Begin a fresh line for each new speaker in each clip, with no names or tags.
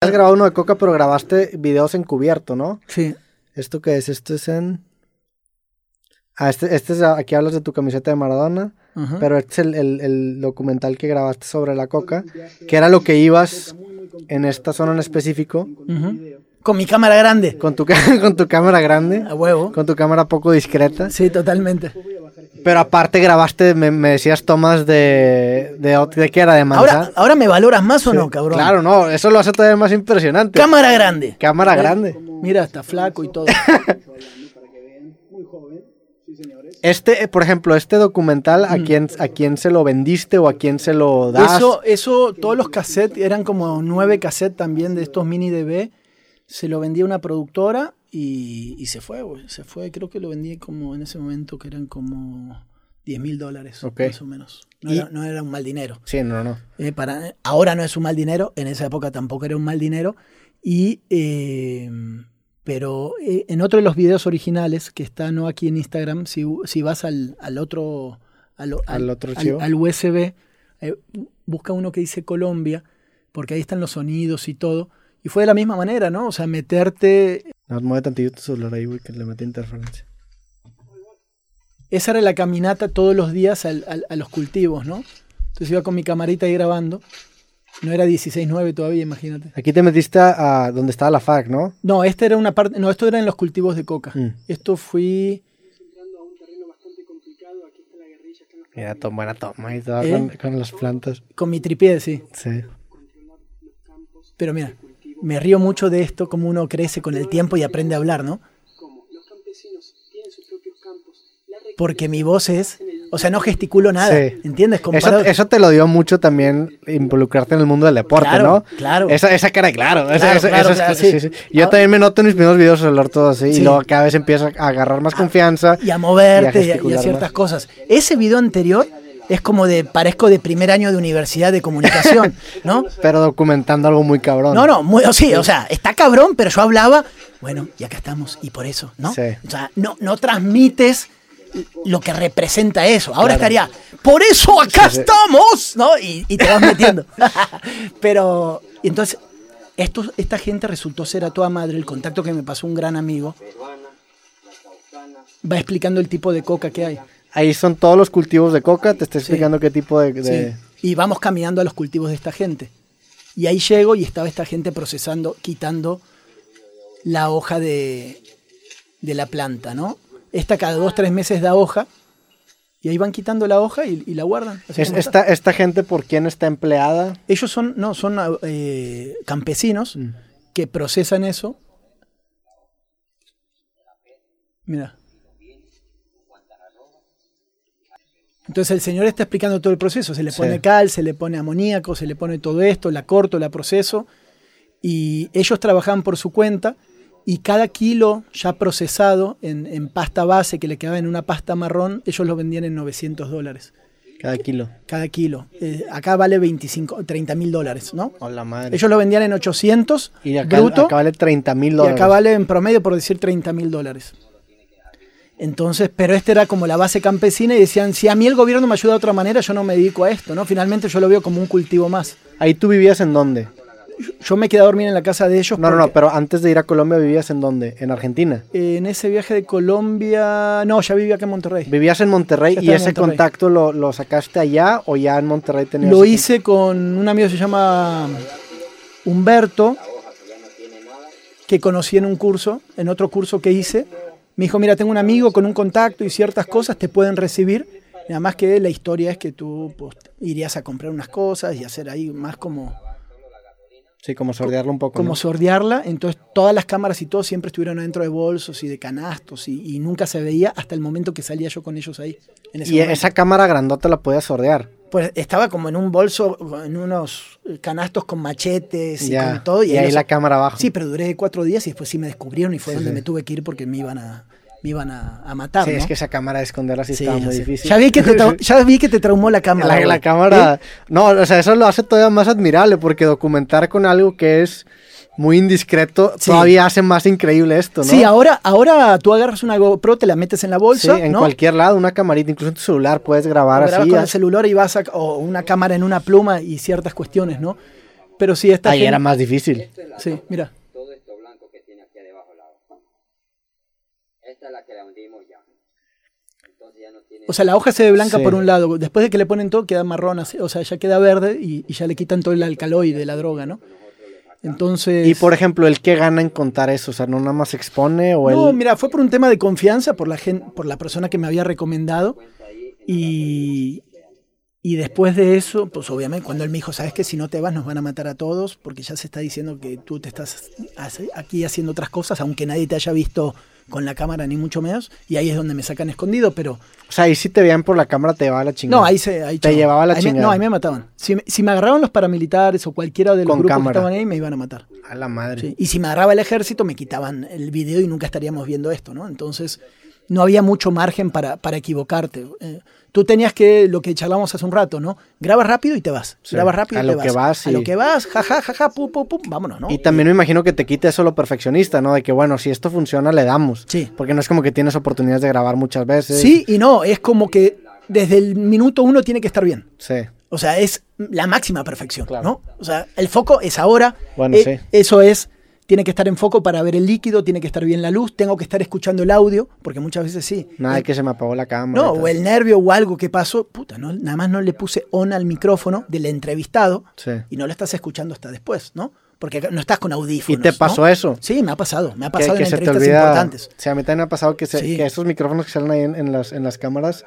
has grabado uno de coca, pero grabaste videos encubierto, ¿no?
Sí.
¿Esto qué es? Esto es en. Ah, este, este es, aquí hablas de tu camiseta de Maradona,
Ajá.
pero este es el, el- el documental que grabaste sobre la coca, que era lo que ibas en esta zona en específico,
Ujú. Con mi cámara grande.
con tu, ca- con tu cámara grande,
A huevo.
con tu cámara poco discreta.
Sí, totalmente.
Pero aparte grabaste, me, me decías tomas de, de, ot- de qué era, de manzana.
Ahora, ahora me valoras más o no, cabrón.
Claro, no, eso lo hace todavía más impresionante.
Cámara grande.
Cámara grande.
Mira, está flaco y todo.
Este, eh, por ejemplo, este documental, ¿a quién, ¿a quién se lo vendiste o a quién se lo das?
Eso, eso, todos los cassettes, eran como nueve cassettes también de estos mini DB. Se lo vendía una productora y, y se fue, güey. Se fue, creo que lo vendí como en ese momento que eran como 10 mil dólares,
Ok.
más o menos. No,
Y-
era, no era un mal dinero.
Sí, no, no.
Eh, para, ahora no es un mal dinero, en esa época tampoco era un mal dinero. Y, eh, pero eh, en otro de los videos originales, que está no aquí en Instagram, si, si vas al, al otro, al,
Al otro archivo.
al USB, eh, bu- busca uno que dice Colombia, porque ahí están los sonidos y todo. Y fue de la misma manera, ¿no? O sea, meterte
No, mueve tantillo tu celular ahí, güey, que le metí interferencia.
Esa era la caminata todos los días al- al- a los cultivos, ¿no? Entonces iba con mi camarita ahí grabando. No era 16.9 todavía, imagínate.
Aquí te metiste a, a donde estaba la FAC, ¿no?
No, esta era una parte. No, esto era en los cultivos de coca.
Mm.
Esto fui.
Mira, tan buena toma y todo
¿Eh?
con, con las plantas.
con mi tripié, sí.
Sí.
Pero mira, me río mucho de esto, como uno crece con el tiempo y aprende a hablar, ¿no? Porque mi voz es. O sea, no gesticulo nada.
Sí.
¿Entiendes?
Eso,
Comparado-
eso te lo dio mucho también involucrarte en el mundo del deporte,
Claro,
¿no?
claro.
Esa, esa cara, de claro. esa-
Claro,
esa-
claro,
esa es-
claro, sí.
sí, sí. Yo
Ah.
también me noto en mis primeros videos hablar todo así
Sí. Ah,
y luego cada vez empiezo a agarrar más confianza.
y a moverte
Y a
y a, y a
gesticular
ciertas
más.
cosas. Ese video anterior es como de, parezco de primer año de universidad de comunicación, ¿no?
Pero documentando algo muy cabrón.
No, no, muy, sí, o sea, está cabrón, pero yo hablaba, bueno, y acá estamos, y por eso, ¿no?
Sí.
O sea, no, no transmites lo que representa eso. Ahora
Claro.
estaría, por eso acá
Sí, sí.
estamos, ¿no? Y, y te vas metiendo. pero, entonces, esto, esta gente resultó ser a toda madre, el contacto que me pasó un gran amigo. Va explicando el tipo de coca que hay.
Ahí son todos los cultivos de coca, te está explicando qué tipo de... de-
Sí. Y vamos caminando a los cultivos de esta gente. Y ahí llego y estaba esta gente procesando, quitando la hoja de, de la planta, ¿no? Esta cada dos, tres meses da hoja. Y ahí van quitando la hoja y, y la guardan. así
Es-
como está.
esta, esta gente, ¿por quién está empleada?
Ellos son, no, son eh, campesinos que procesan eso. Mira. Entonces el señor está explicando todo el proceso. Se le
Sí.
pone cal, se le pone amoníaco, se le pone todo esto, la corto, la proceso. Y ellos trabajaban por su cuenta y cada kilo ya procesado en, en pasta base que le quedaba en una pasta marrón, ellos lo vendían en 900 dólares
Cada kilo.
cada kilo. Eh, acá vale 25, 30 mil dólares, ¿no?
Hola madre.
Ellos lo vendían en 800
y acá,
bruto
acá vale 30 mil
y
dólares.
acá vale en promedio, por decir, 30 mil dólares. Entonces, pero este era como la base campesina y decían, si a mí el gobierno me ayuda de otra manera, yo no me dedico a esto, ¿no? Finalmente yo lo veo como un cultivo más.
Ahí tú vivías en dónde?
Yo me quedé a dormir en la casa de ellos.
No, no, no,
porque,
pero antes de ir a Colombia vivías en dónde? En Argentina.
eh, En ese viaje de Colombia... No, ya vivía acá en Monterrey.
Vivías en Monterrey
Yo
y
estaba en
ese
Monterrey.
contacto lo, lo sacaste allá o ya en Monterrey tenías.
Lo hice con un amigo que se llama Humberto, que conocí en un curso, en otro curso que hice. Me dijo, mira, tengo un amigo con un contacto y ciertas cosas te pueden recibir. Nada más que la historia es que tú pues, irías a comprar unas cosas y hacer ahí más como,
Sí, como sordearlo un poco.
como
¿no?
sordearla. Entonces todas las cámaras y todo siempre estuvieron adentro de bolsos y de canastos y, y nunca se veía hasta el momento que salía yo con ellos ahí. en ese
Y
momento.
esa cámara grandota la podías sordear.
Pues estaba como en un bolso, en unos canastos con machetes y
ya.
con todo.
y ahí
ellos-
la cámara abajo.
Sí, pero duré cuatro días y después sí me descubrieron y fue
Sí,
donde
sí.
me tuve que ir porque me iban a, me iban a, a matar.
Sí,
¿no?
es que esa cámara de esconderla sí,
Sí,
estaba muy
así.
difícil.
Ya vi, que te trau- ya vi que te traumó la cámara.
La, la
güey.
cámara.
¿Eh?
No, o sea, eso lo hace todavía más admirable porque documentar con algo que es muy indiscreto
Sí.
todavía hace más increíble esto, ¿no?
Sí, ahora, ahora tú agarras una GoPro, te la metes en la
Sí,
bolsa,
en
¿no?
cualquier lado, una camarita, incluso en tu celular puedes grabar
grabas
así.
con el
así.
celular y vas a, o una cámara en una pluma y ciertas cuestiones, ¿no? Pero sí, esta
Ahí
gente-
era más difícil.
Esto es la
Sí,
sopa.
mira.
Todo esto blanco que tiene aquí debajo la hoja. Esta es la que la hundimos ya. Entonces ya no tiene.
O sea, la hoja se ve blanca
Sí.
por un lado. Después de que le ponen todo, queda marrón. así, O sea, ya queda verde y, y ya le quitan todo el alcaloide de la droga, ¿no? Entonces.
Y por ejemplo, el que gana en contar eso, o sea, no nada más se expone o
No,
él-
mira, fue por un tema de confianza, por la, gen- por la persona que me había recomendado. Y, y después de eso, pues obviamente, cuando él me dijo, ¿sabes que Si no te vas, nos van a matar a todos, porque ya se está diciendo que tú te estás hace- aquí haciendo otras cosas, aunque nadie te haya visto con la cámara, ni mucho menos. Y ahí es donde me sacan escondido, pero.
o sea, ahí si te vean por la cámara te va a la chingada.
No, ahí se. Ahí,
Te
chao.
llevaba la
Ahí me-
chingada.
No, ahí me mataban. Si, me- si me agarraban los paramilitares o cualquiera de los
Con
grupos
cámara.
que estaban ahí, me iban a matar.
A la madre.
Sí, Y si me agarraba el ejército, me quitaban el video y nunca estaríamos viendo esto, ¿no? Entonces, no había mucho margen para, para equivocarte. Eh, tú tenías que, lo que charlamos hace un rato, ¿no? Grabas rápido y te vas.
Sí,
Grabas rápido
a
y
lo
te vas.
que vas
A
y-
lo que vas, ja, ja, ja, ja, pum, pum, pum, vámonos, ¿no?
Y también me imagino que te quita eso lo perfeccionista, ¿no? De que, bueno, si esto funciona, le damos.
Sí.
Porque no es como que tienes oportunidades de grabar muchas veces.
Sí y no, es como que desde el minuto uno tiene que estar bien.
Sí.
O sea, es la máxima perfección,
Claro.
¿no? O sea, el foco es ahora.
Bueno,
eh,
sí.
Eso es, tiene que estar en foco para ver el líquido, tiene que estar bien la luz, tengo que estar escuchando el audio, porque muchas veces sí.
Nada
el-
de que se me apagó la cámara.
No,
y tal.
o el nervio o algo que pasó, puta, no, nada más no le puse on al micrófono del entrevistado
Sí.
y no lo estás escuchando hasta después, ¿no? Porque acá no estás con
¿Y
audífonos.
te pasó
¿no?
eso?
Sí, me ha pasado, me ha
Que,
pasado
que
en
se te
entrevistas
olvida.
importantes.
Sí, a mí también me ha pasado que, se-
Sí.
que esos micrófonos que salen ahí en, en las, en las cámaras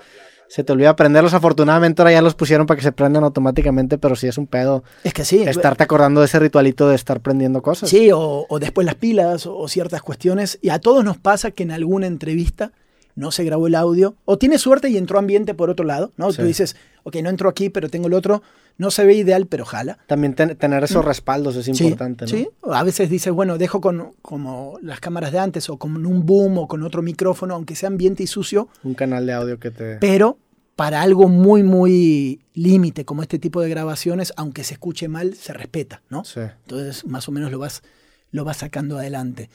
se te olvida prenderlos. Afortunadamente ahora ya los pusieron para que se prendan automáticamente, pero sí es un pedo
Es que sí.
estarte acordando de ese ritualito de estar prendiendo cosas.
Sí, o, o después las pilas o, o ciertas cuestiones. Y a todos nos pasa que en alguna entrevista no se grabó el audio. O tienes suerte y entró ambiente por otro lado, ¿no?
Sí.
Tú dices, ok, no entró aquí, pero tengo el otro. No se ve ideal, pero jala.
También ten- tener esos respaldos es
Mm. Sí,
importante, ¿no?
sí. O A veces dices, bueno, dejo con como las cámaras de antes o con un boom o con otro micrófono, aunque sea ambiente y sucio,
Un canal de audio que te...
pero para algo muy, muy límite como este tipo de grabaciones, aunque se escuche mal, se respeta, ¿no?
Sí.
Entonces, más o menos lo vas, lo vas sacando adelante.